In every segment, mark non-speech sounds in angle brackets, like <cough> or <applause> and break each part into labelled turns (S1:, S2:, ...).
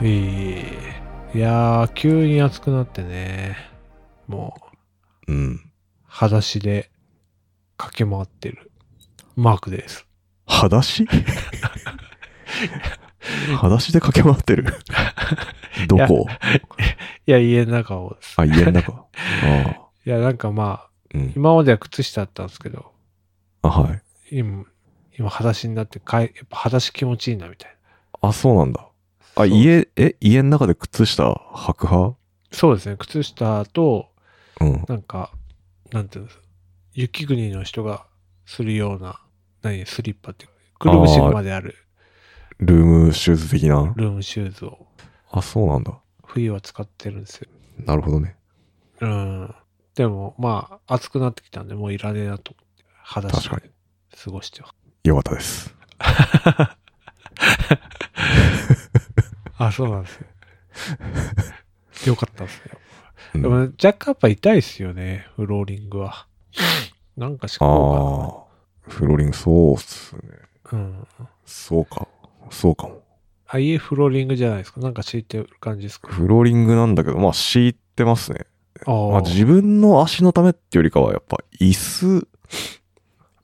S1: ええいやー、急に暑くなってね、もう、
S2: うん。
S1: 裸足で駆け回ってるマークです。
S2: 裸足 <laughs> 裸足で駆け回っ
S1: <laughs>
S2: てる。どこ
S1: いや、家の中をです。
S2: あ、家
S1: <laughs>
S2: の中。ああ。
S1: いや、なんかまあ、
S2: うん。
S1: 今までは靴下あったんですけど、
S2: あ、はい。
S1: 今、今裸足になってかい、やっぱ裸足気持ちいいなみたい
S2: あ、そうなんだ。
S1: な。
S2: あ、
S1: そう
S2: 家、え、家の中で靴下履く派
S1: そうですね、靴下と、
S2: うん。
S1: なんか、なんていうんです雪国の人がするような、何、スリッパっていうか、くるぶしまである
S2: ルームシューズ的な。
S1: ルームシューズを
S2: あ、そうなんだ。
S1: 冬は使ってるんですよ。
S2: なるほどね。
S1: うん。でも、まあ、暑くなってきたんで、もういらねえなと思って、裸足
S2: 確
S1: で過ごしてます。
S2: よかったです。
S1: あ、そうなんですね。よかったですね。
S2: うん
S1: でも、若干やっぱ痛いですよね、フローリングは。なんかし
S2: あ
S1: こ
S2: あ。フローリング、そうっすね。
S1: うかな。うん。
S2: そうか。そうかも。
S1: あ、家フローリングじゃないですか。なんか敷いてる感じですか。
S2: フローリングなんだけど、まあ敷いてますね。
S1: あー、
S2: まあ自分の足のためってよりかは、やっぱ椅子、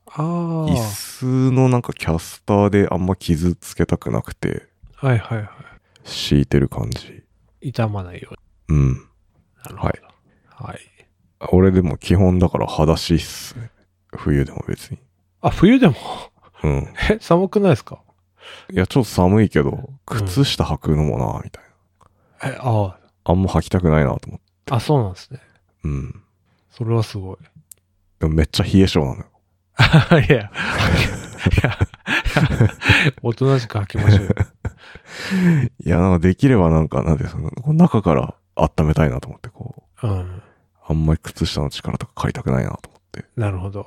S1: あ
S2: 椅子のなんかキャスターであんま傷つけたくなくて、
S1: ー。はいはいは
S2: 敷いてる感じ。
S1: い。痛まないよう
S2: うん。
S1: に。なるほど。はい。
S2: 俺でも基本だから裸足っすね。冬でも別に。
S1: あ、冬でも、 <laughs>
S2: うん。
S1: え、寒くないですか
S2: いや、ちょっと寒いけど、靴下履くのもな、みたいな。
S1: え、あ
S2: あんま履きたくないなと思って。
S1: あ、あ、そうなんですね。
S2: うん。
S1: それはすごい。
S2: でもめっちゃ冷え性なの
S1: い
S2: よ。 <laughs>
S1: や、いや、おとなしく履きましょうよ。
S2: いや、なんかできればなんか、なんでその、この中から温めたいなと思って、こう、
S1: うん。
S2: あんまり靴下の力とか借りたくないなと思って。
S1: なるほど。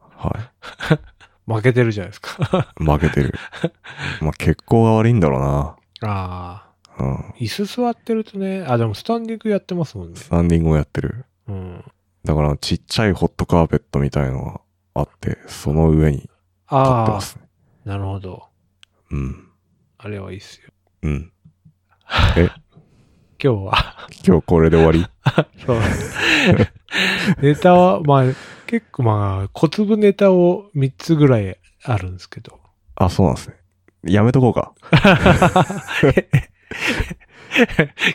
S2: は
S1: 負けてるじゃないですか。
S2: い。負
S1: <laughs>
S2: けてる。まあ、血行が悪いんだろうな。
S1: ああ。
S2: うん。
S1: 椅子座ってるとね、あ、でもスタンディングやってますもんね
S2: ス。タンディングをやってる。
S1: うん。
S2: だから、ちっちゃいホットカーペットみたいのがあって、その上に立って
S1: あ
S2: ま
S1: あ、
S2: すね。
S1: なるほど。
S2: うん。
S1: あれはいいっすよ。
S2: うん。
S1: 今日は、
S2: 今日これで終わり
S1: そう。ネタは、まあ、結構まあ、小粒ネタを3つぐらいあるんですけど。
S2: あ、そうなんですね。やめとこうか。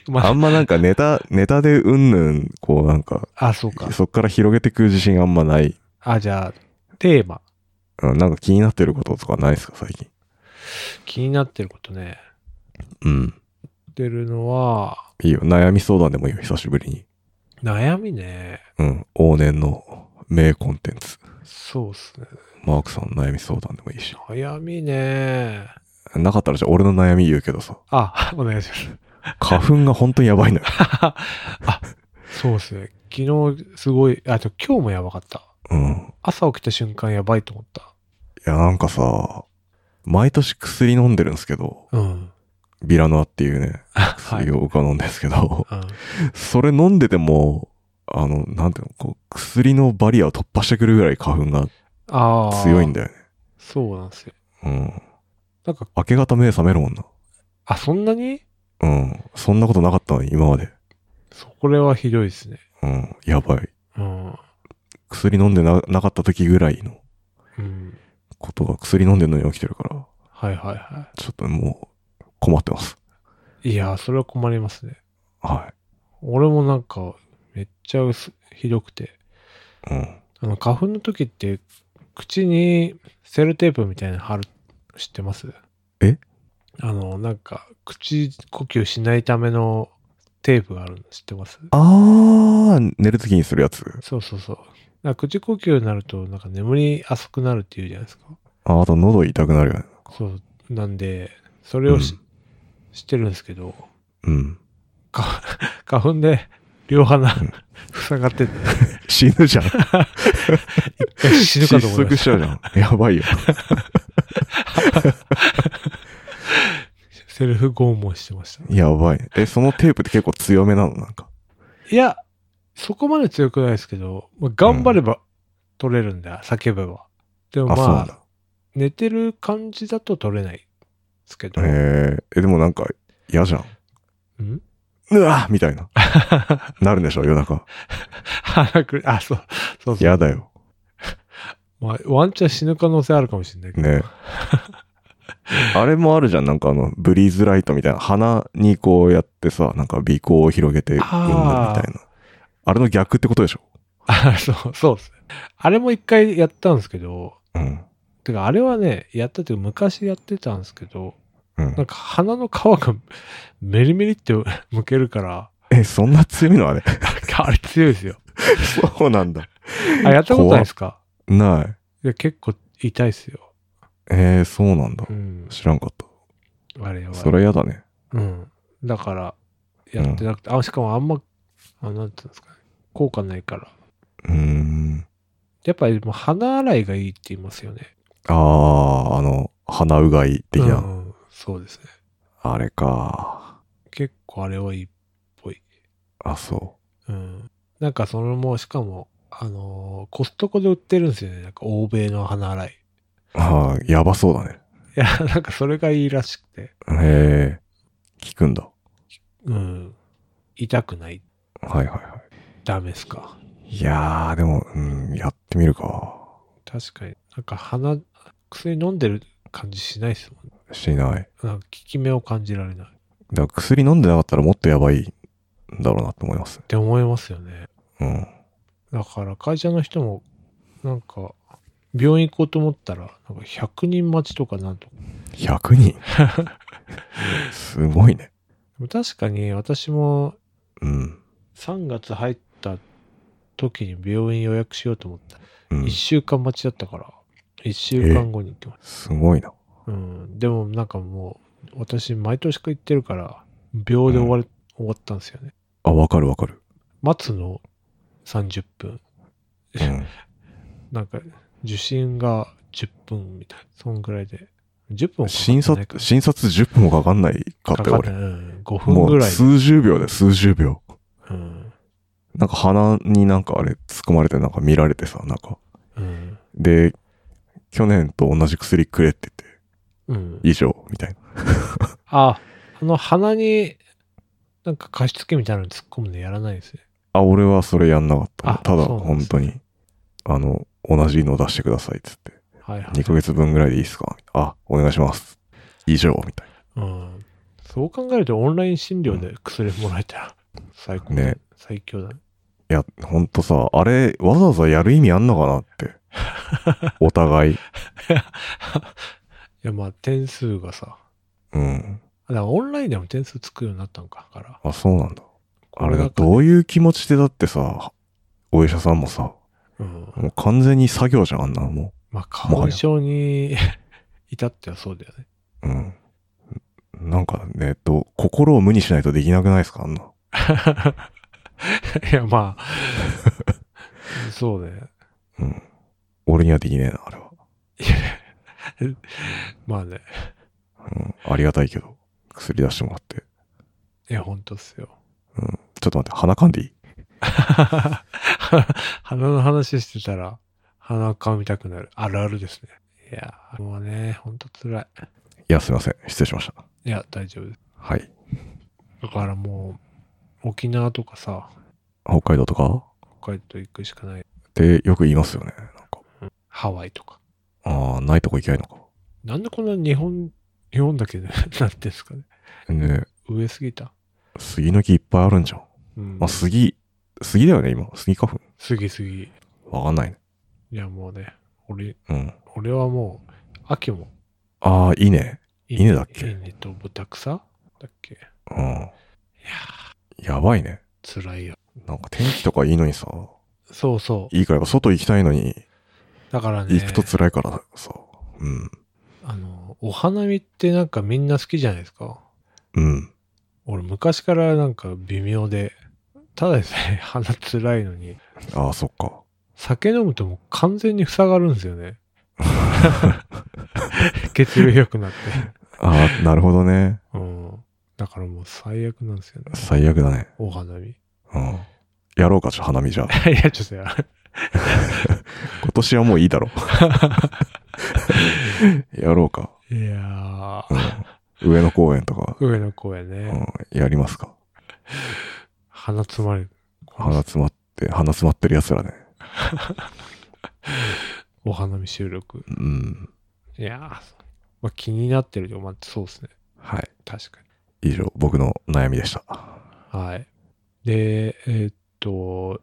S1: ま
S2: あ
S1: あ、
S2: んまなんかネタ、ネタでうんぬん、こうなんか、
S1: あ、そうか。
S2: そっから広げてく自信あんまない。
S1: あ、じゃあ、テーマ。
S2: うん、なんか気になってることとかないですか、最近。
S1: 気になってることね。
S2: うん。
S1: ってるのは、
S2: いいよ。悩み相談でもいいよ、久しぶりに。
S1: 悩みね。
S2: うん。往年の名コンテンツ。
S1: そうっすね。
S2: マークさんの悩み相談でもいいし。
S1: 悩みね。
S2: なかったらじゃあ俺の悩み言うけどさ、
S1: あ、 <laughs> お願いします。
S2: 花粉が本当にやばいのよ。
S1: そうっすね。昨日すごい、あと今日もやばかった。
S2: うん。
S1: 朝起きた瞬間やばいと思った。
S2: いや、なんかさ、毎年薬飲んでるんですけど、
S1: うん。
S2: ビラノアっていうね、
S1: はい。
S2: 薬
S1: うん
S2: を僕は飲んでるんですけど、 <laughs> それ飲んでても、あの、なんていうの、こう、薬のバリアを突破してくるぐらい花粉が
S1: ああ。
S2: 強いん
S1: だ。
S2: だよね。
S1: そうなんですよ。
S2: うん。
S1: なんか、
S2: 明け方目覚めるもんな。
S1: あ、そんなに
S2: うん。そんなことなかったのに、今まで。
S1: そうこれはひどいですね。
S2: うん。やばい。
S1: うん。
S2: 薬飲んでななかった時ぐらいの
S1: うん。
S2: ことが薬飲んでるのに起きてるから、
S1: はいはいは
S2: ちょっともう困ってます。
S1: い。いやー、それは困りますね。
S2: は
S1: 俺もなんか、めっちゃ薄ひどくて。
S2: い。うん。
S1: あの、花粉の時って、口にセルテープみたいなの貼る、知ってます
S2: え
S1: あの、なんか、口呼吸しないためのテープがあるの知ってます
S2: あー、寝る時にするやつ。
S1: そうそうそう。なんか口呼吸になると、なんか眠り浅くなるっていうじゃないですか。
S2: あーあと喉痛くなるよね。
S1: そう。なんで、それをし、
S2: う
S1: してるんですけど、
S2: うん。
S1: 花 <laughs> 花粉で両鼻塞がってて、
S2: 死ぬじゃん。
S1: 死ぬかと思いま
S2: 失
S1: し
S2: 速しちゃうじゃん。やばいよ。
S1: た。セルフ拷問してました。
S2: やばい。え、そのテープって結構強めなのなんか。
S1: いや、そこまで強くないですけど、まあ、頑張れば取れるんだ、叫べば。でも
S2: あ、そ
S1: ま
S2: うなん
S1: あ、
S2: だ。
S1: 寝てる感じだと取れないですけど、
S2: えーえ、でもなんか嫌じゃん。
S1: ん <laughs>
S2: うわみたいな。なるんでしょ、夜中。
S1: 腹くり、あ、そう、そうそう。
S2: やだよ。
S1: まあ、ワンチャン死ぬ可能性あるかもしれないけど。
S2: ね。あれもあるじゃん。なんかあの、ブリーズライトみたいな。鼻にこうやってさ、なんか鼻孔を広げて、うんぬんみたい
S1: あー
S2: な。あれの逆ってことでしょ
S1: <laughs> あ、そう、そうっすね。あれも一回やったんですけど、
S2: うん。
S1: てかあれはね、やったっていうか昔やってたんですけど、
S2: うん
S1: なん。か鼻の皮が <laughs> メリメリって <laughs> むけるから、 <laughs>
S2: え、そんな強いのあれ。 <laughs>
S1: あれ強いですよ。
S2: そうなんだ。
S1: あ、やったことないですか
S2: ない。
S1: いや、結構痛いですよ。
S2: えー、そうなんだ
S1: う。ん。
S2: 知らんかっ
S1: あれは。
S2: た。それやだね。
S1: うん。だから、やってなくて、あ、しかもあんま、あなんていうんですかね。効果ないから。
S2: うーん。
S1: やっぱりもう鼻洗いがいいって言いますよね。
S2: あー、あの、鼻うがい的
S1: う
S2: な。
S1: ん、そうですね。
S2: あれか。
S1: 結構あれはいい。
S2: あ、そ。
S1: うん。なんかそのもう、しかも、あのーコストコで売ってるんですよね。なんか欧米の鼻洗い。いう
S2: あー、やばそうだね。
S1: や、 <laughs> なんかそれがいいらしくて。
S2: へえ。聞くんだ。
S1: うん。痛くない。
S2: はいはいは
S1: ダメっすか。
S2: い。いやー、でも、うん、やってみるか。
S1: 確かに。なんか鼻、薬飲んでる感じしないですもん、ね。
S2: しない。
S1: なんか効き目を感じられない。っ
S2: だから薬飲んでなかったらもっとやばいんだろうなと思います。
S1: て思いますよね。
S2: うん。
S1: だから会社の人も、なんか、病院行こうと思ったら、なんか100人待ちとかなんとか。
S2: 100人
S1: <laughs>
S2: すごいね。
S1: でも確かに私も
S2: うん。
S1: 3月入った時に病院予約しようと思った。
S2: うん
S1: 1。週間待ちだったから、1週間後に行きます。
S2: すごいな。
S1: うん。でもなんかもう、私毎年行ってるから、秒で終わる、終わったんですよね。
S2: あ、わかるわかる。
S1: 待つの30分。
S2: うん。
S1: なんか、受診が10分みたいな。そんぐらいで。10分はかかんないか
S2: 診察、診察10分もかかんないかっ
S1: か
S2: たよ、
S1: か
S2: 俺。
S1: んないうん、5分
S2: も
S1: ぐ
S2: う
S1: らい。
S2: 数十秒で数十秒。
S1: うん。
S2: なんか鼻になんかあれ突っ込まれてなんか見られてさ、なんか。
S1: うん。
S2: で、去年と同じ薬くれって言って、
S1: うん。
S2: 以上、みたいな。
S1: あ、あの鼻に、なんか加湿器みたいなのに突っ込むのやらないですね。
S2: あ、俺はそれやんなかった。
S1: あ
S2: ただ、
S1: そうなんで
S2: 本
S1: す
S2: 当に、あの、同じの出してくださいっつって。
S1: はいはい。
S2: 2ヶ月分ぐらいでいいっすかあ、お願いします。以上、みたい
S1: うん。そう考えるとオンライン診療で薬もらえたら最高だ
S2: ね
S1: 最強だね。
S2: な。いや、ほんとさ、あれ、わざわざやる意味あんのかなって。
S1: <laughs>
S2: お互い。
S1: いや、まあ点数がさ。
S2: うん。
S1: あだからオンラインでも点数つくようになったのか。だから。
S2: あ、そうなんだ。あれだ、
S1: この
S2: どういう気持ちでだってさ、お医者さんもさ、
S1: 中でうん。
S2: もう完全に作業じゃん、あんなのも
S1: まあ、花粉症に <laughs> 至ってはそうだよね。
S2: う。うん。なんかね、どう心を無にしないとできなくないですかあんな。
S1: いや、まあ。そうね。
S2: うん。俺にはできねえな、あれは。
S1: まあね。
S2: うん。ありがたいけど、薬出してもらって。
S1: いや、ほんとっすよ。 <laughs>
S2: うん。ちょっと待って、鼻かんでいい
S1: 鼻の話してたら、鼻かみたくなる。あるあるですね。いやー、もうね、ほんと辛い。
S2: いや、すいません。失礼しました。
S1: いや、大丈夫です。
S2: はい。
S1: だからもう、沖縄とかさ、
S2: 北海道とか
S1: 北海道行くしかない。
S2: ってよく言いますよね。なんか。
S1: ハワイとか。
S2: ああ、ないとこ行きゃいいのか。
S1: なんでこんな日本、日本だけで <laughs> なってんすかね。
S2: ねえ
S1: 上すぎた。
S2: 杉の木いっぱいあるんじゃん。
S1: うん
S2: まあ、。杉、杉だよね、今。杉花
S1: すぎすぎ。い
S2: 粉わかんないね。
S1: や、もうね、俺、
S2: うん。
S1: 俺はもう、秋も
S2: ああ、いいね。
S1: い
S2: 稲だっけ
S1: 稲と豚草だっけ。い
S2: うん。
S1: や
S2: やばいね。
S1: ー、辛いよ。
S2: なんか天気とかいいのにさ、
S1: そうそう。
S2: いいからやっぱ外行きたいのに、
S1: だからね。
S2: 行くと辛いからさ、うん。
S1: あの、お花見ってなんかみんな好きじゃないですか。
S2: うん。
S1: 俺昔からなんか微妙で、ただでさえ <laughs> 鼻辛いのに、
S2: ああ、そっか。
S1: 酒飲むともう完全に塞がるんですよ
S2: <laughs>
S1: ね。血流良くなって。
S2: ああ、 <laughs> なるほどね。
S1: うん。だからもう最悪なんですよね。
S2: 最悪だね。
S1: お花見。い <laughs>
S2: うん。やろうか、ちょ、花見じゃあ。
S1: や、ちょっとや、
S2: 今年はもういいだろう。やろうか。
S1: いやー
S2: うん上野公園とか、
S1: 上の公園
S2: う
S1: ね。
S2: ん、やりますか。
S1: 鼻詰まる。
S2: 鼻詰まって、鼻詰まってる奴らね。
S1: お花見収録。
S2: うん。
S1: いやー、まあ、気になってるよ。まあ、そうですね。
S2: はい。
S1: 確かに。
S2: 以上、僕の悩みでした。
S1: はい。で、えーっと、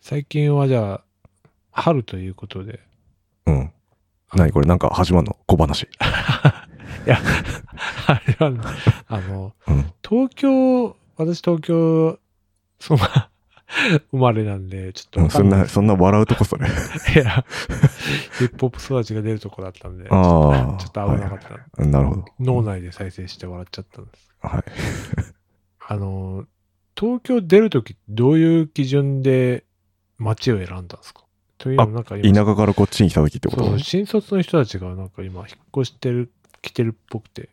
S1: 最近はじゃあ、春ということで、 <laughs>
S2: うん。何これなんか始まんの小話。
S1: あれはね、あの、
S2: うん。
S1: 東京、私東京、その、 <laughs> 生まれなんで、ちょっと
S2: う
S1: わ
S2: ん、
S1: か
S2: そ
S1: ん <laughs>
S2: ん
S1: ない
S2: な、そんな笑うとこそれ。
S1: いや、ヒップホップ育ちが出るとこだったんで、ちょっ
S2: ああ。
S1: と危なかった、
S2: はいなるほど。
S1: 脳内で再生して笑っちゃったんです。
S2: はい。
S1: あの、東京出るとき、どういう基準で街を選んだんですかというのもなんか今
S2: 田舎からこっちに来た時ってこ
S1: そうそ
S2: と
S1: う新卒の人たちがなんか今、引っ越してる、来てるっぽくて。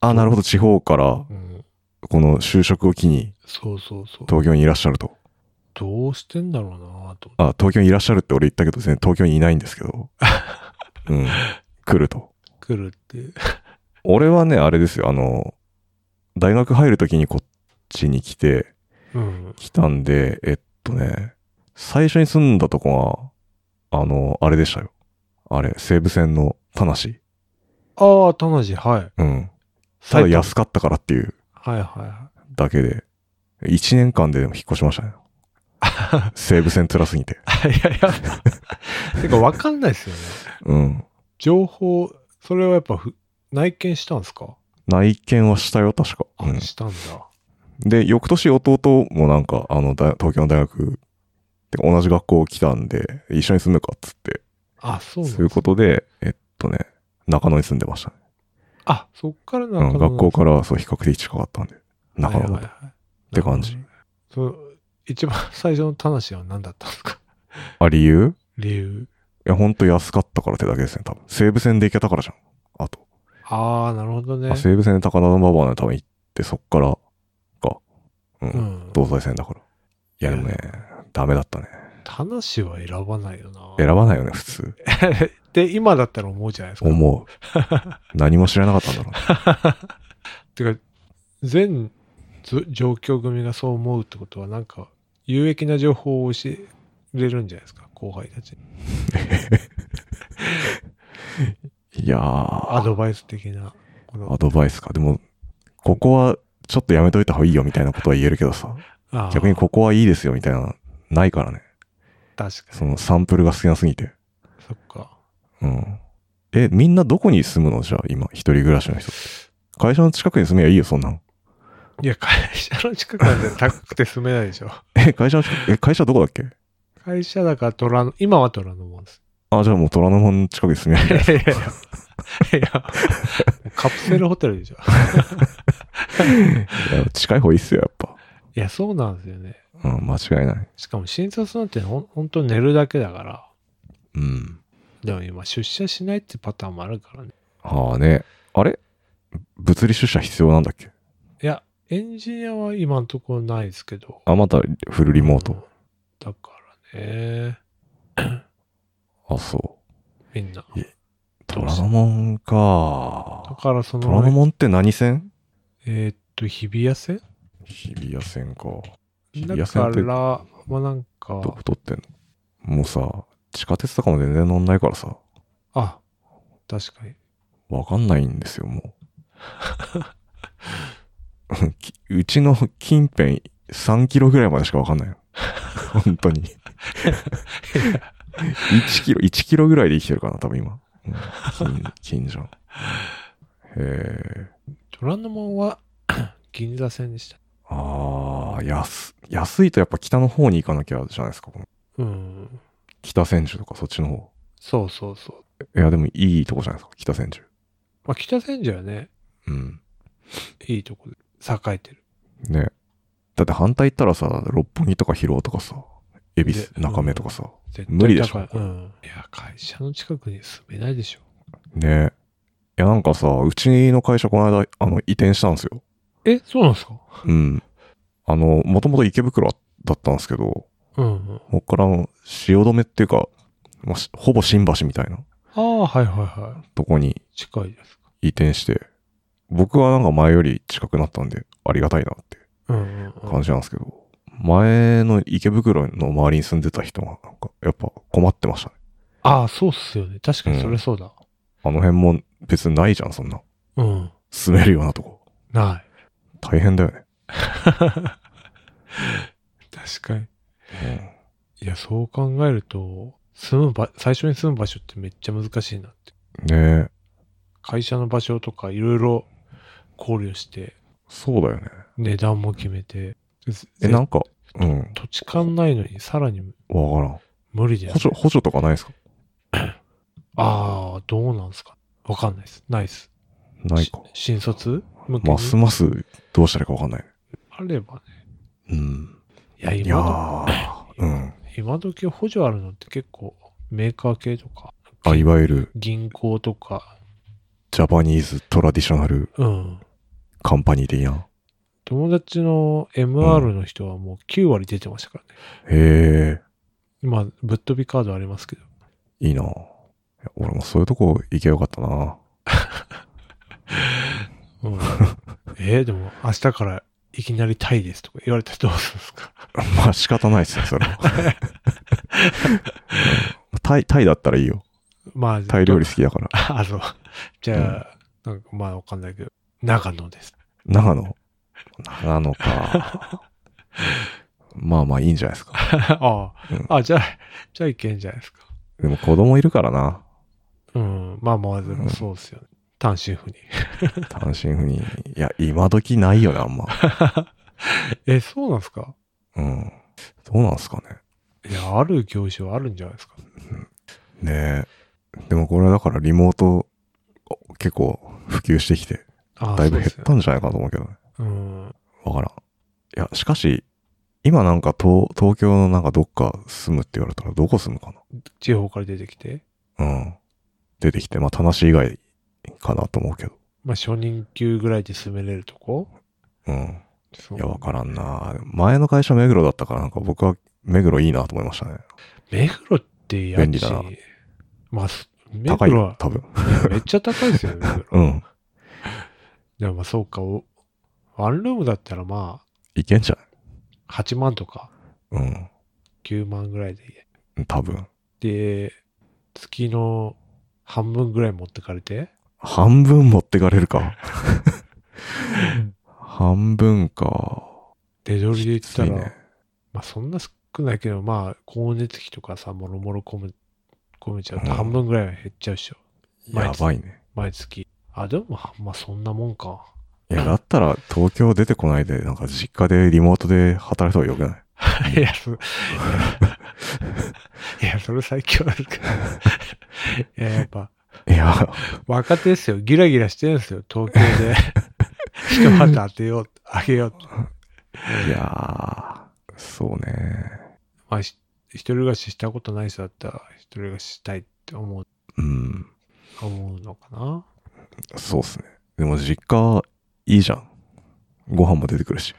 S2: あ、なるほど。地方から、
S1: うん。
S2: この就職を機に
S1: そうそうそう。
S2: 東京にいらっしゃると。
S1: どうしてんだろうなと思って。
S2: あ、東京にいらっしゃるって俺言ったけど、全然東京にいないんです
S1: <laughs>
S2: けど。うん。来ると。
S1: 来るって。
S2: 俺はね、あれですよ。あの、大学入る時にこっちに来て、
S1: うん。
S2: 来たんで、えっとね、最初に住んだとこが、あの、あれでしたよ。あれ、西武線の田無。
S1: ああ、田無、はい。
S2: うん。ただ
S1: 埼玉
S2: 安かったからっていう
S1: はいはいは
S2: だけで、1年間ででも引っ越しまし
S1: <laughs>
S2: たね。西武線辛すぎて。
S1: い。いや
S2: <laughs>
S1: いや。 <laughs> てか、わかんないですよね。
S2: うん。
S1: 情報、それはやっぱふ、内見したんですか、
S2: 内見はしたよ、確か。
S1: あ
S2: うん、
S1: したんだ。
S2: で、翌年弟もなんか、あの、だ東京の大学、てか同じ学校来たんで、一緒に住むかっつって、
S1: あ、そうなん
S2: そういうことで、えっとね、中野に住んでましたね。
S1: あ、そっから
S2: う、
S1: なんか、
S2: 学校からはそう、比較的近かったんで、中野だと。
S1: って
S2: 感じ。
S1: その一番最初の田無は何だったんですか
S2: あ、理由
S1: 理由。
S2: いや、ほんと安かったからってだけですね、多分。西武線で行けたからじゃん。あと。
S1: ああ、なるほどね
S2: あ。西武線で高田馬場まで多分行って、そっから、か。うん。
S1: うん。
S2: 東西線だから。いや、でもね、ダメだったね。
S1: 田無は選ばないよな。
S2: 選ばないよね、普通。
S1: <laughs> で、今だったら思うじゃないですか。う。 <laughs>
S2: 思う。何も知らなかったんだろうね。
S1: てか、全ず上京組がそう思うってことは、なんか、有益な情報を教えれるんじゃないですか、後輩たちに。
S2: いや
S1: ア
S2: ー、
S1: ドバイス的な。この
S2: アドバイスか。でも、ここはちょっとやめといた方がいいよみたいなことは言えるけどさ、
S1: あー
S2: 逆にここはいいですよみたいな、ないからね。
S1: 確かに。
S2: そのサンプルが少なすぎて。
S1: そっか。
S2: うん。え、みんなどこに住むのじゃあ今、一人暮らしの人って。会社の近くに住めばいいよ、そんなの。
S1: いや、会社の近くなんて高くて住めないでしょ。 <laughs>
S2: え、会社の近く、え、会社どこだっけ
S1: 会社だから虎の、今は虎ノ門です。
S2: あ、じゃあもう虎ノ門の近くに住めない
S1: いやいやいや。いやカプセルホテルでしょ。
S2: <laughs> いや近い方がいいっすよ、やっぱ。
S1: いや、そうなんですよね。
S2: うん、間違いない。
S1: しかも新卒なんてほんほんと寝るだけだから。
S2: うん。
S1: でも今、出社しないってパターンもあるからね。
S2: はあね。あれ物理出社必要なんだっけ
S1: いや、エンジニアは今のところないですけど。
S2: あ、またフルリモート。
S1: だからね。
S2: あ、そう。
S1: みんな。
S2: 虎ノ門
S1: だ
S2: か。
S1: からその、
S2: 虎ノ門って何線
S1: えーっと、日比谷線
S2: 日比谷線か。日比谷
S1: だ
S2: 線
S1: か
S2: って
S1: ら、
S2: ど
S1: まあなんか、
S2: こ取ってんのもうさ、地下鉄とかも全然乗んないからさ、
S1: あ、確かに。
S2: わかんないんですよ、もう。 <laughs> きうちの近辺3キロぐらいまでしかわかんないよ。本当に。1キロ、1キロぐらいで生きてるかな、多分今。うん近近所。へえ。
S1: 虎ノ門は <coughs> 銀座線でした。
S2: ああ、安、安いとやっぱ北の方に行かなきゃじゃないですか。この
S1: うん。
S2: 北千住とかそっちの方。
S1: そうそうそう。
S2: いや、でもいいとこじゃないですか、北千住。
S1: まあ、北千住はね、
S2: うん。
S1: いいとこで栄えてる。
S2: ね。だって反対行ったらさ、六本木とか広尾とかさ、恵比寿、
S1: で
S2: 中目とかさ、
S1: 絶
S2: 無理でしょ
S1: 高いうん。いや、会社の近くに住めないでしょ。
S2: ね。いや、なんかさ、うちの会社この間、あの、移転したんですよ。
S1: え、そうなんですか
S2: うん。あの、もともと池袋だったんですけど、
S1: うんうん。
S2: こっからあの汐留っていうか、まあしほぼ新橋みたいな
S1: ああ、はいはいは
S2: とこに
S1: い。近いですか。
S2: 移転して、僕はなんか前より近くなったんで、ありがたいなって
S1: うんうんうん
S2: 感じなんですけど、前の池袋の周りに住んでた人が、なんか、やっぱ困ってましたね。
S1: ああ、そうっすよね。確かにそれそうだ。
S2: あの辺も別にないじゃん、そんな。
S1: うん。
S2: 住めるようなとこ。
S1: ない。
S2: 大変だよね。
S1: <laughs> 確かに。
S2: うん
S1: いや、そう考えると、住む場、最初に住む場所ってめっちゃ難しいなって。
S2: ねえ、
S1: 会社の場所とかいろいろ考慮して、
S2: そうだよね。
S1: 値段も決めて。
S2: え、
S1: ぜ
S2: なんか、うん、
S1: 土地勘ないのにさらに
S2: わからん。
S1: 無理だよ
S2: 補。助、補助とかないですか
S1: ああ、どうなんすかわかんないです。ないっす。
S2: ない
S1: し
S2: か。
S1: 新卒向けに
S2: ますますどうしたらいいかわかんないね。
S1: あればね。
S2: うん。
S1: いや、
S2: いや
S1: 今
S2: ー、うん。
S1: ど、今時補助あるのって結構メーカー系とか、
S2: あ、いわゆる、
S1: 銀行とか、
S2: ジャパニーズトラディショナル
S1: うん。
S2: カンパニーでいいな。
S1: 友達の MR の人はもう9割出てましたからね。
S2: へえ、
S1: まあ、ぶっ飛びカードありますけど。
S2: いいな。いや俺もそういうとこ行けばよかったな。 <laughs>
S1: うんえーでも明日からいきなりタイですとか言われたらどうするんですか <laughs>
S2: まあ仕方ないっすね、それは。 <laughs> うんタイ、タイだったらいいよ。
S1: まあ、
S2: タイ料理好きだから。
S1: <laughs> あ、そう。じゃあ、なんかまあわかんないけど、長野です。 <laughs>
S2: 長野。長野か。 <laughs> まあまあいいんじゃないですか。
S1: あ
S2: うん
S1: あ、あ、じゃあ、じゃあいけんじゃないですか。
S2: でも子供いるからな。
S1: うん、まあまあ、でもそうですよね。単身赴任。 <laughs>
S2: 単身赴任。いや、今時ないよね、あんま。
S1: え、そうなんですか
S2: うん。どうなんすかね。
S1: いや、ある業種はあるんじゃないですか。
S2: ねえ。でもこれはだからリモート結構普及してきて、
S1: あ
S2: だいぶ
S1: そ
S2: 減っ
S1: うですよ
S2: たんじゃないかと思うけどね。
S1: うん。
S2: わからん。いや、しかし、今なんか東東京のなんかどっか住むって言われたらどこ住むか
S1: 地方から出てきて、
S2: な。うん。出てきて、まあ、田無以外かなと思うけど。
S1: まあ、初任給ぐらいで住めれるとこ
S2: うん。
S1: そう
S2: いや、わからんな前の会社目黒だったから、なんか僕は目黒いいなと思いましたね。
S1: 目黒って家賃
S2: 便利だな
S1: まあ、す目
S2: 高い
S1: 黒
S2: よ
S1: は、
S2: 多分。
S1: めっちゃ高いですよ
S2: <laughs>
S1: ね、目黒
S2: うん。
S1: でもまあそうか、おワンルームだったらま
S2: いけんじゃ
S1: あ、8万とか
S2: ない
S1: 9万ぐらいでいい
S2: うん。多分。
S1: で、月の半分ぐらい持ってかれて、
S2: 半分持ってかれるか。半分か。
S1: 出取りで言っ
S2: き
S1: た
S2: つ
S1: ら、
S2: いね。
S1: まあそんな少ないけど、まあ光熱費とかさ、もろもろ込め、込めちゃうと
S2: うん
S1: 半分ぐらいは減っちゃうでしょ。
S2: やばいね。
S1: 毎月。あ、でもまあ、まあそんなもんか。
S2: いや、だったら東京出てこないで、なんか実家でリモートで働いた方がよくない
S1: いや、そ、い <laughs> や、いやそれ最強ですけど。い <laughs> や、やっぱ、
S2: いや、
S1: 若手ですよ。ギラギラしてるんですよ。東京で。一旗当てよう、あげようって。
S2: いやー、そうね。
S1: まあ、し一人暮らししたことない人だったら、一人暮らししたいって思う、
S2: うん。
S1: 思うのかな。
S2: そうっすね。でも実家、いいじゃん。ご飯も出てくるし。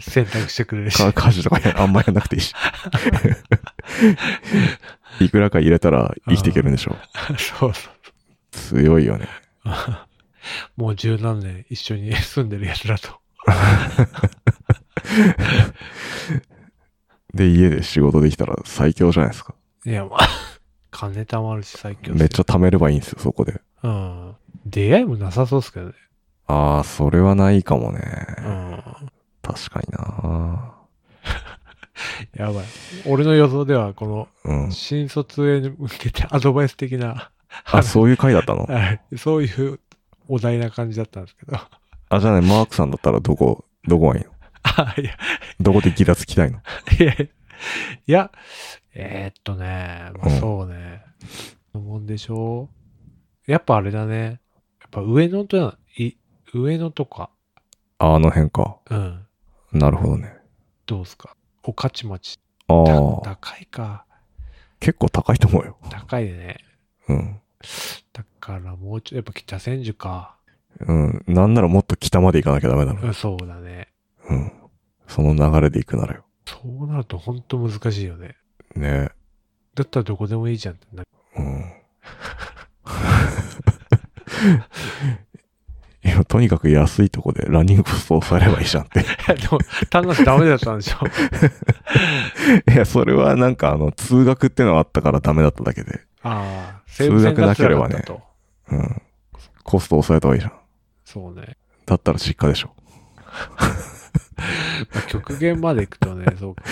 S1: 選択してくれるし。 <laughs>
S2: か家事とかやあんまやんなくていいし。いくらか入れたら生きていけるんでしょう。
S1: <laughs> そうそう。
S2: 強いよね。
S1: <laughs> もう十何年一緒に住んでる奴ら
S2: <laughs>
S1: と。
S2: で、家で仕事できたら最強じゃないですか。
S1: いや、まあ、金貯まるし最強
S2: めっちゃ貯めればいいんですよ、そこで。
S1: ゃ。うん。出会いもなさそうですけどね。
S2: ああ、それはないかもね。
S1: うん。
S2: 確かにな。
S1: やばい。俺の予想では、この、
S2: うん。
S1: 新卒へ向けてアドバイス的な、
S2: あ、そういう回だった
S1: <laughs>
S2: の
S1: はいそういうお題な感じだったんですけど。 <laughs>
S2: あ、じゃあね、マークさんだったらどこ、どこがいいの
S1: あいや、
S2: どこでギタつきたいの
S1: いや、いや、えーっとね、まあ
S2: うん
S1: そうね。のもんでしょう。やっぱあれだね。やっぱ上野とない、上野とか、
S2: ああの辺か。
S1: うん、
S2: なるほどね。
S1: どうすか。御徒町。
S2: あ
S1: た
S2: あ、
S1: 高いか。
S2: 結構高いと思うよ。
S1: 高いね。
S2: うん。
S1: だからもうちょい、やっぱ北千住か。
S2: うん。なんならもっと北まで行かなきゃダメだ
S1: う
S2: ろ。
S1: んそうだね。
S2: うん。その流れで行くならよ。
S1: そうなると本当難しいよね。
S2: ね
S1: だったらどこでもいいじ
S2: <laughs>
S1: ゃんってなる
S2: うん。の、とにかく安いとこでランニングコストを抑えればいいじゃんって。 <laughs>
S1: でも、単なるダメだったんでしょ。
S2: いや、それはなんかあの、通学ってのがあったからダメだっただけで。
S1: ああ、
S2: 数学だければ
S1: 生物が辛か
S2: ね
S1: ったと
S2: うん。コストを抑えた方がいいじゃん。
S1: そうね。
S2: だったら実家でしょ。
S1: まあ極限まで行くと
S2: <laughs>
S1: ね、そうか。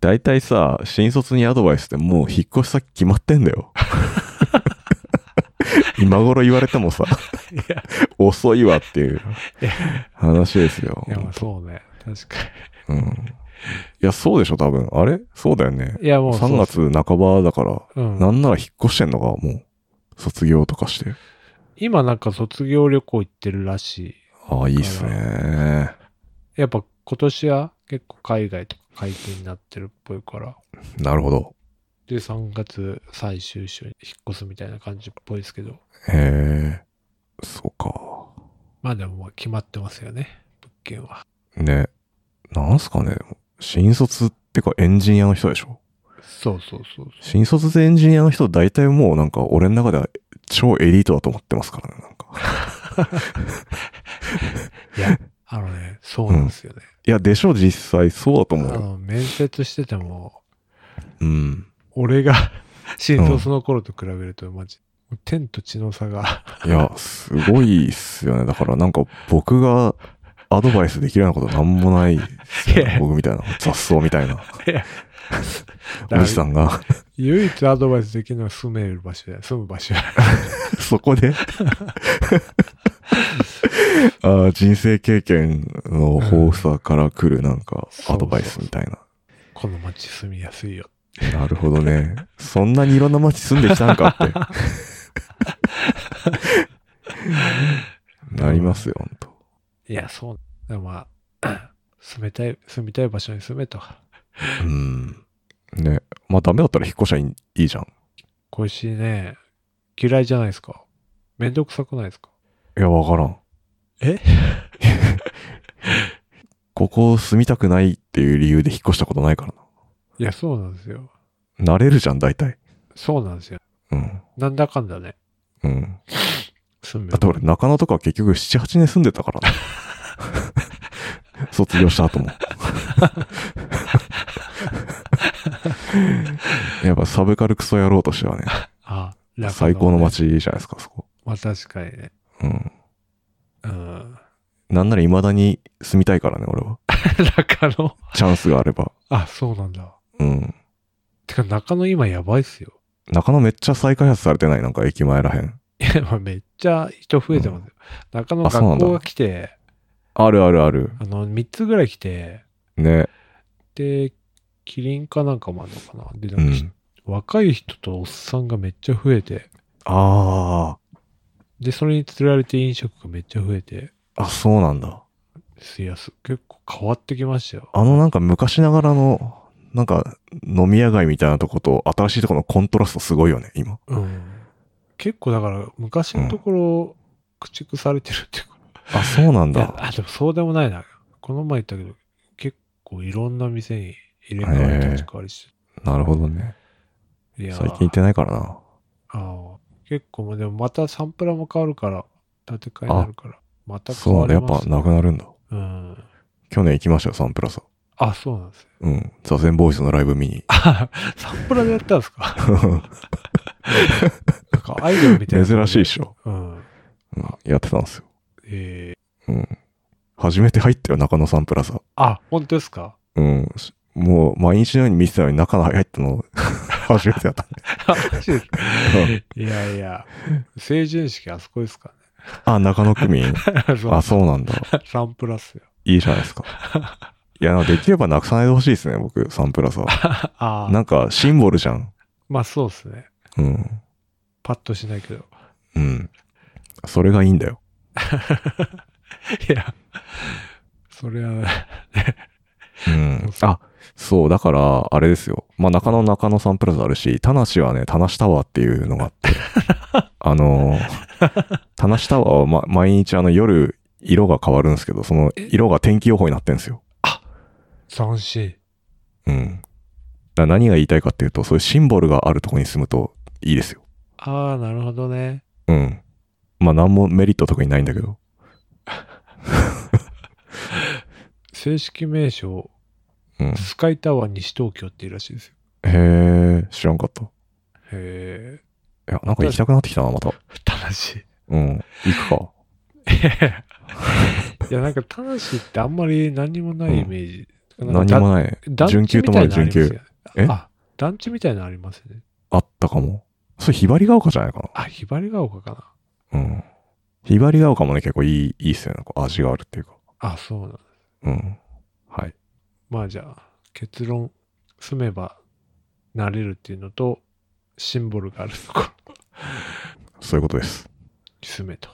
S2: 大体さ、新卒にアドバイスってもう引っ越し先決まってんだよ。 <laughs> 今頃言われてもさ、
S1: いや、
S2: 遅いわっていう
S1: いや
S2: 話ですよ
S1: い。やまあそうね。確か
S2: うん。いや、そうでしょ、多分。あれそうだよね。
S1: に。いや、もうそう
S2: 3月半ばだから、
S1: うん
S2: なんなら引っ越してんのか、もう。卒業とかして。
S1: 今なんか卒業旅行行ってるらしい。
S2: ああ、いいっすね。
S1: やっぱ今年は結構海外とか解禁になってるっぽいから。
S2: なるほど。
S1: で、3月最終週に引っ越すみたいな感じっぽいですけど。
S2: へえ、そうか。
S1: まあでももう決まってますよね。物件は。
S2: ね。なんすかね、新卒ってかエンジニアの人でしょ
S1: そうそうそうそう。
S2: 新卒でエンジニアの人大体もうなんか俺の中では超エリートだと思ってますからね、なんか。
S1: いや、あのね、そうなんですよね。
S2: いや、でしょ、実際そうだと思
S1: あ
S2: うよ。
S1: の、面接してても、
S2: うん。
S1: 俺が <laughs> 新卒の頃と比べるとマジ、天と地の差が
S2: いや、すごいっすよね。だからなんか僕がアドバイスできるようなことなんもないっすよ
S1: い
S2: ね
S1: や
S2: 僕みたいな。雑草みたい <laughs> な。
S1: いや
S2: おじさんが、
S1: 唯一アドバイスできるのは住める場所だよ。住む場所だよ。
S2: そこ <laughs> であー人生経験の豊富さから来るなんかアドバイスみたいな。
S1: <laughs> この街住みやすいよ。
S2: なるほどね。そんなにいろんな街住んできたんかって。 <laughs> なりますよ、ほんと。
S1: いや、そう。でもまあ、 <clears throat> 住めたい、住みたい場所に住めと。
S2: うん。ね。まあダメだったら引っ越しゃいいいいじゃん。
S1: 小石ね、嫌いじゃないですか。めんどくさくないですか
S2: いや、わからん。
S1: え
S2: <laughs> ここ住みたくないっていう理由で引っ越したことないから
S1: いや、そうなんですよ。
S2: な。慣れるじゃん、大体。
S1: そうなんですよ。
S2: うん。
S1: なんだかんだね。
S2: うん。
S1: 住む
S2: だって俺、中野とか結局7、8年住んでたからな。卒業した後も。 <laughs> やっぱサブカルクソ野郎としてはね、
S1: ああ、
S2: 最高の
S1: 街。
S2: 街じゃないですか、そこ。
S1: まあ確かにね。
S2: うん。
S1: うん。 <laughs>
S2: なんなら未だに住みたいからね、俺は。
S1: 中野
S2: チャンスがあれば。
S1: あ、そうなんだ。
S2: うん。
S1: てか中野今やばいっすよ。
S2: 中野めっちゃ再開発されてない、なんか駅前らへん。
S1: いや、まあめっちゃ人増えてますよ。中野
S2: あそうなん
S1: 学
S2: だ
S1: 校が来て、
S2: あるあるある。
S1: あの、3つぐらい来て、
S2: ね。
S1: で、キリンかなんかもあるのかな。で、
S2: う
S1: なんか、
S2: ん。
S1: 若い人とおっさんがめっちゃ増えて、
S2: あ
S1: で、それに釣られて飲食がめっちゃ増えて、
S2: あ。あ、そうなんだ。
S1: いや、す結構変わってきましたよ。
S2: あのなんか昔ながらの、なんか飲み屋街みたいなとこと新しいとこのコントラストすごいよね、今。
S1: うん。結構だから、昔のところ、駆逐されてるっていうか。
S2: あ、そうなん
S1: いや、
S2: だ。
S1: あ、でもそうでもないな。この前言ったけど、結構いろんな店に入れ替わり立ち替わりして、
S2: なるほどね。
S1: いやー
S2: 最近行ってないからな。
S1: ああ結構もうでもまたサンプラーも変わるから、建て替えになるから、また変
S2: そうな
S1: わ
S2: んだ。
S1: り
S2: やっ
S1: ま
S2: ぱ
S1: す、
S2: なくなるんだ。
S1: うん。
S2: 去年行きましたよ、サンプラザ。
S1: あ、そうなんですよ。。
S2: うん。ザゼンボーイズのライブ <laughs> 見に
S1: あサンプラーでやったんですかなんかアイドルみたいな。
S2: 珍しいっ。しょ。
S1: うん。
S2: うん。やってたんですよ。
S1: ええ
S2: うん。初めて入ったよ、中野サンプラザ。
S1: あ、本当ですか
S2: うん。しもう毎日のように見てたのに中野入ったの <laughs> 初めてやった。
S1: マジですか
S2: うん
S1: いやいや、成人式あそこですか
S2: <laughs> あ、中野区民。
S1: ね。そう
S2: <laughs> あ、そうなんだ。
S1: サンプラーっすよ。
S2: いいじゃないです <laughs> か。いや、できればなくさないでほしいですね、僕、サンプラ <laughs> ザ。
S1: ああ、
S2: なんか、シンボルじゃん。
S1: まあそうですね。
S2: うん。
S1: パッとしないけど。
S2: うん。それがいいんだよ。
S1: いや、それは、
S2: うん。あ、そう、だから、あれですよ。まあ、中野中野サンプラザあるし、田無はね、田無タワーっていうのがあって、 <laughs> あのー、田無タワーは、ま、毎日あの夜、色が変わるんですけど、その色が天気予報になってんですよ。
S1: 斬新。
S2: うん。だから何が言いたいかっていうと、そういうシンボルがあるところに住むといいですよ。
S1: ああ、なるほどね。
S2: うん。まあ、なんもメリット特にないんだけど。
S1: 正式名称、
S2: うん。
S1: スカイタワー西東京っていうらしいですよ。
S2: へえ、知らんかった。い
S1: へえ、
S2: や、なんか行きたくなってきたな、また。
S1: 楽しい。
S2: うん。行くか。
S1: いや、なんか、田無ってあんまり何もないイメージ。なん
S2: 何
S1: か
S2: もない。
S1: だ
S2: 準急とまで準急。え
S1: あ、団地みたいなのありますね。
S2: あったかも。それ、ひばりが丘じゃないか
S1: あ、ひばりが丘か
S2: な。うん。ひばりが丘もね、結構いい、いいっすよね。なんか味があるっていうか。
S1: な。あ、そうなの。
S2: うん。はい。
S1: まあじゃあ、結論、住めばなれるっていうのと、シンボルがあるところ
S2: そういうことです。
S1: に住めと。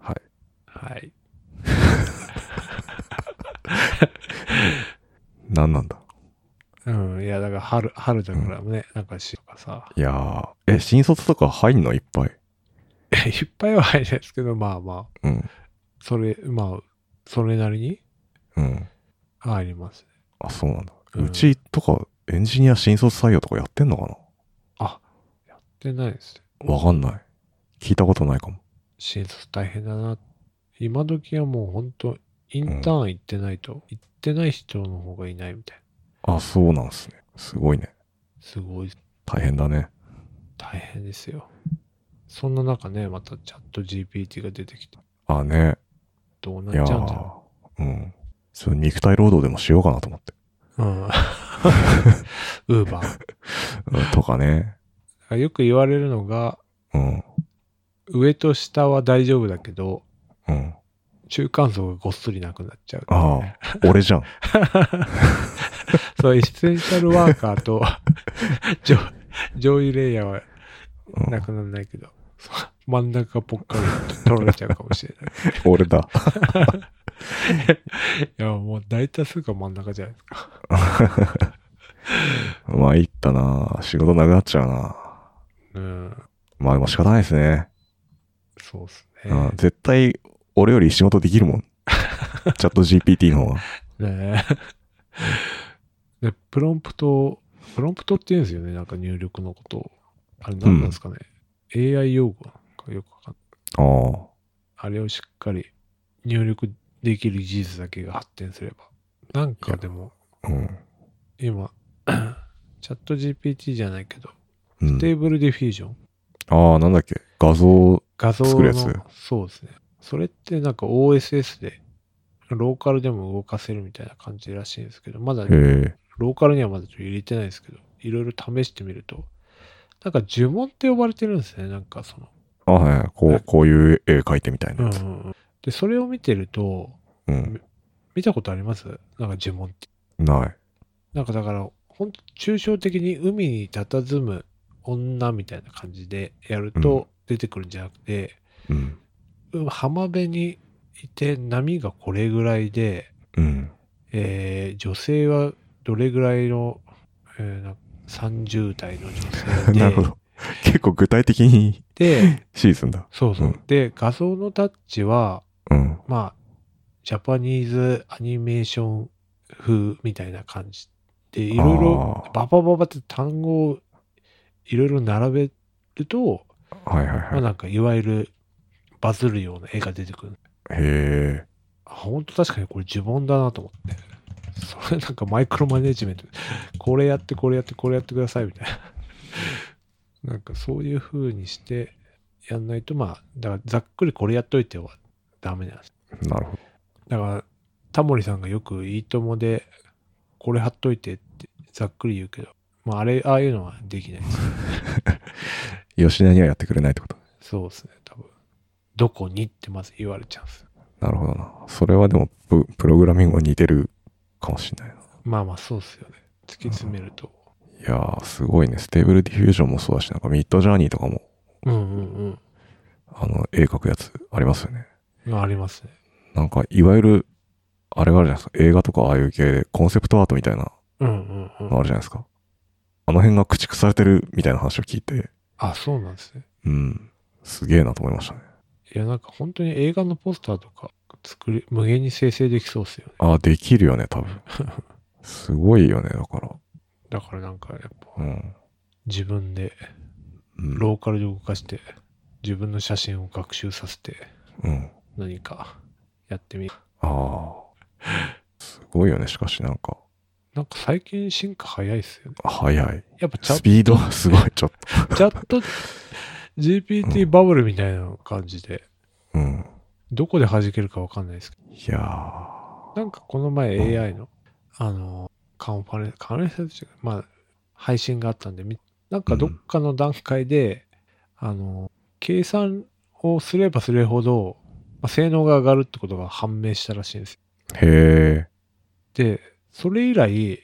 S2: はい。
S1: はい。
S2: 何なんだ。
S1: うん、いや、だから春、春だからね、なんかしとかさ、
S2: いやー、え、新卒とか入んのいっぱい。
S1: <laughs> いっぱいは入らないですけど、まあまあ、
S2: うん。
S1: それ、まあ、それなりに
S2: うん。
S1: 入りますね。
S2: あ、そうなんだ。
S1: うん
S2: うちとか、エンジニア新卒採用とかやってんのか
S1: あ、やってないですね。
S2: なわかんない。聞いたことないかも。
S1: 新卒大変だな。今時はもう本当インターン行ってないと、行ってない人の方がいないみたいな。
S2: あ、そうなんすね。すごいね。
S1: すごい
S2: 大変だね。
S1: 大変ですよ。そんな中ね、またチャット GPT が出てきて、
S2: あ、ね。
S1: どう
S2: いや
S1: なっちゃうんだ
S2: ー
S1: ろ
S2: うん。それ肉体労働でもしようかなと思って。
S1: う。うん。ウ <laughs> ーバー。 <laughs>
S2: うんとかね。
S1: よく言われるのが、
S2: うん。
S1: 上と下は大丈夫だけど、
S2: うん。
S1: 中間層がごっそりなくなっちゃう。
S2: ああ、俺じゃん。
S1: <laughs> そう、エッセンシャルワーカーと上、上位レイヤーは
S2: うん
S1: なくならないけど、そう真ん中ぽっかり取られちゃうかもしれない。
S2: 俺だ。
S1: いや、もう大多数が真ん中じゃないですか。
S2: まあ、いったな。仕事なくなっちゃうな。
S1: うん。
S2: まあ、でも仕方ないですね。
S1: そうっす
S2: うん
S1: ね。。
S2: 絶対、俺より仕事できる
S1: <laughs>
S2: もん。チャット GPT の方が。
S1: ね <laughs> えで、プロンプトを、プロンプトって言うんですよね。なんか入力のことを。あれ何なんですかね。AI 用語なんかよくわかんない。
S2: ああ。
S1: あれをしっかり入力できる技術だけが発展すれば。なんかでも、
S2: うん。
S1: 今、 <coughs> チャット GPT じゃないけど、
S2: うん、
S1: テーブルディフュージョン
S2: ああ、なんだっけ。画像、
S1: 画像の
S2: 作るやつ
S1: そうですね。それってなんか OSS で、ローカルでも動かせるみたいな感じらしいんですけど、まだ
S2: へえ。
S1: ローカルにはまだちょっと入れてないですけど、いろいろ試してみると、なんか呪文って呼ばれてるんですね、なんかその。
S2: あはい。こう、こういう絵描いてみたいなやつ。
S1: うんで、それを見てると、
S2: うん。
S1: 見たことありますなんか呪文って。
S2: ない。
S1: なんかだから、ほんと抽象的に海に佇む女みたいな感じでやると出てくるんじゃなくて、
S2: うん。
S1: うん浜辺にいて波がこれぐらいで、
S2: うん。
S1: えー女性はどれぐらいの、えーな30代の女性 <laughs> で
S2: なるほど。 <laughs> 結構具体的に
S1: で
S2: シーズンだ。
S1: そうそう、
S2: うん
S1: で画像のタッチは
S2: うん。
S1: まあジャパニーズアニメーション風みたいな感じでいろいろ
S2: あー
S1: ババババって単語をいろいろ並べると、
S2: はいはいはい
S1: まあ、。なんかいわゆるバズるような絵が出てくる
S2: へえ。
S1: あ本当確かにこれ呪文だなと思って。それなんかマイクロマネジメント。これやって、これやって、これやってくださいみたいな。なんかそういう風にしてやんないと、まあ、だからざっくりこれやっといてはダメなんです。
S2: なるほど。
S1: だから、タモリさんがよくいいともで、これ貼っといてってざっくり言うけど、まああれ、ああいうのはできないです。
S2: 吉田にはやってくれないってこと。
S1: そうですね、多分。どこにってまず言われちゃうんです。
S2: なるほどな。それはでもプ、プログラミングは似てるかもしれないな。
S1: まあまあそうですよね。突き詰めると。
S2: いやー、すごいね。ステーブルディフュージョンもそうだし、なんかミッドジャーニーとかも、
S1: うんうん
S2: あの、絵描くやつありますよね。
S1: うん。ありますね。
S2: なんか、いわゆる、あれがあるじゃないですか。映画とかああいう系で、コンセプトアートみたいな
S1: うんうんうん。
S2: のあるじゃないですか。あの辺が駆逐されてるみたいな話を聞いて、
S1: あ、そうなんですね。
S2: うん。すげえなと思いましたね。
S1: いや、なんか本当に映画のポスターとか作り、無限に生成できそうですよね。
S2: ああ、できるよね、多分。すごいよね、だから。
S1: だからなんか、やっぱ
S2: うん。
S1: 自分で
S2: うん
S1: ローカルで動かして、自分の写真を学習させて
S2: うん。
S1: 何かやってみる。
S2: ああ。すごいよね。しかしなんか、
S1: なんか最近進化早いですよね。
S2: 早い。
S1: やっぱチャ
S2: スピードはすごい、ちょっと。
S1: チャット GPT バブルみたいな感じで、
S2: うん。
S1: どこで弾けるかわかんないですけど、
S2: いやー。
S1: なんかこの前 AI の、あの、カンファレンス、カンファレンスというかまあ、配信があったんで、みなんかどっかの段階で、あの、計算をすればするほど、まあ、性能が上がるってことが判明したらしいんですよ。
S2: へえ。
S1: で、それ以来、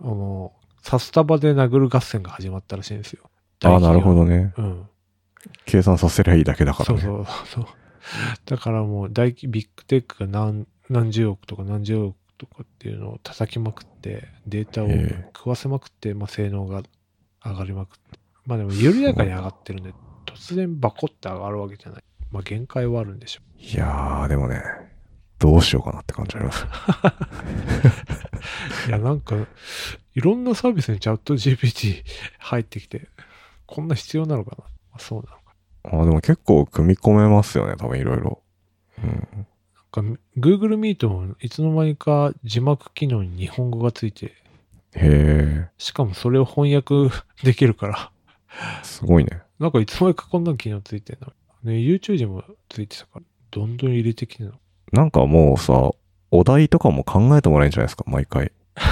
S1: あの、サスタバで殴る合戦が始まったらしいんですよ。
S2: ああ、なるほ
S1: ど。
S2: どね。
S1: うん。
S2: 計算させりゃいいだけだから
S1: そう
S2: ね。
S1: そうそう。だからもう大企、ビッグテックが何何十億とか何十億とかっていうのを叩きまくって、データを
S2: へえ
S1: 食わせまくって、まあ、性能が上がりまくって。まあでも緩やかに上がってるんで、突然バコって上がるわけじゃない。まあ限界はあるんでしょ
S2: いやー、でもね、どうしようかなって感じあります。 <laughs>
S1: う。いやなんか、いろんなサービスにチャット GPT 入ってきて、こんな必要なのかな。まあ、そうなのか。
S2: あーでも結構組み込めますよね、多分いろいろ。うん。
S1: なんか Google Meet もいつの間にか字幕機能に日本語がついて、
S2: へ
S1: しかもそれを翻訳 <laughs> できるから、
S2: え、すごいね。
S1: なんかいつの間にかこんなの機能ついてんの。ね、YouTube にもついてたから、どんどん入れてきてるの。
S2: なんかもうさ、お題とかも考えてもらえるんじゃないですか、毎回。
S1: あ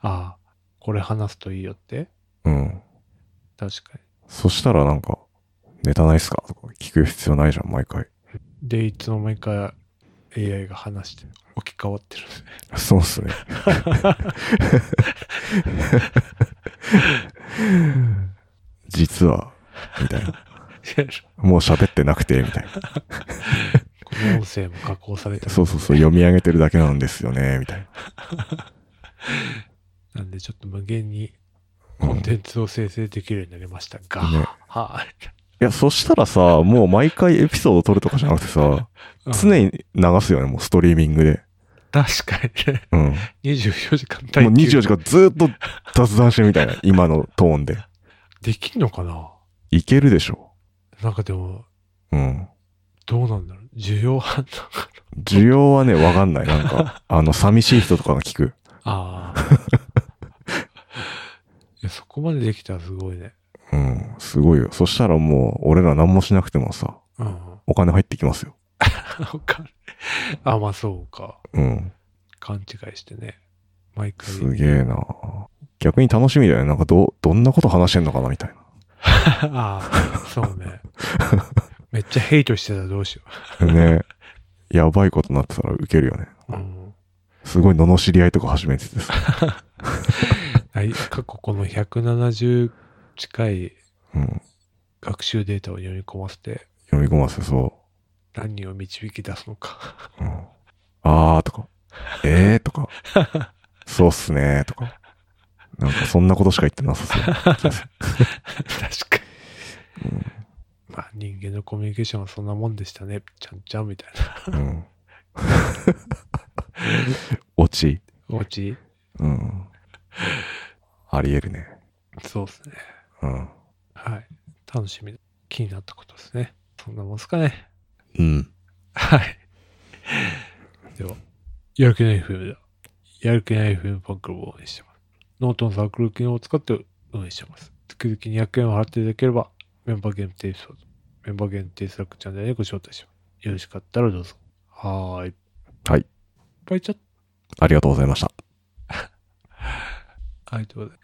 S1: あ、これ話すといいよって
S2: うん。
S1: 確かに。
S2: そしたらなんか、ネタないっすかとか聞く必要ないじゃん、毎回。
S1: で、いつの間にか AI が話して置き換わって
S2: <laughs>
S1: るんですね。
S2: そうっすね。 <laughs> 実は、みたいな。もう喋ってなくて、みたいな。
S1: この音声も加工されてる
S2: そうそうそう、読み上げてるだけなんですよね、みたい
S1: な
S2: な。
S1: んで、ちょっと無限にコンテンツを生成できるようになりましたが、
S2: うんね
S1: はい。
S2: いや、そしたらさ、もう毎回エピソード撮るとかじゃなくてさ、常
S1: に。
S2: に流すよね、もうストリーミングで。
S1: 確かにね。
S2: うん。も
S1: 24時間
S2: う
S1: 耐久
S2: 24時間ずっと雑談してるみたいな、今のトーンで。
S1: できんのかない
S2: けるでしょ。
S1: なんかでも、
S2: うん。
S1: どうなんだろう需要反応
S2: 需要はね、わかんない。なんか、あの、寂しい人とかが聞く。
S1: ああ。 <laughs> いや、そこまでできたらすごいね。
S2: うん、すごいよ。そしたらもう、俺ら何もしなくてもさ、
S1: うん。
S2: お金入ってきますよ。
S1: わかるあ、まあそうか。
S2: うん。
S1: 勘違いしてね。毎回。
S2: すげえな逆に楽しみだよね。なんか、ど、どんなこと話してんのかなみたい
S1: <laughs> ああ、そうね。めっちゃヘイトしてたらどうしよ
S2: な。ねやばいことになってたらウケるよね。
S1: う。うん。
S2: すごい罵り合いとか始めててさ。
S1: はい過去この170近い
S2: うん。
S1: 学習データを読み込ませて、
S2: 読み込ませそ
S1: 何人を導き出すのか。 <laughs>
S2: う。うん。あーとか、えーとか、そうっすねーとか。なんか、そんなことしか言ってなさそう。
S1: 確かに。まあ人間のコミュニケーションはそんなもんでしたね。ちゃんちゃんみたい <laughs> な。
S2: うん。落ち。
S1: おうち
S2: うん。ありえるね。
S1: そうですね。
S2: うん。
S1: はい。楽しみ。気になったことですね。そんなもんすかね。
S2: うん。
S1: はい。では、やる気ない FM だ。やる気ない FM ファンクラブを応援してます。ノートのサークル機能を使って運営してます。月々200円を払っていただければ、メンバー限定エピソード、メンバー限定スラックチャンネルにご招待します。よろしかったらどうぞ。はーい。
S2: はい。
S1: バイチャット。
S2: ありがとうございました。
S1: はい、ということで、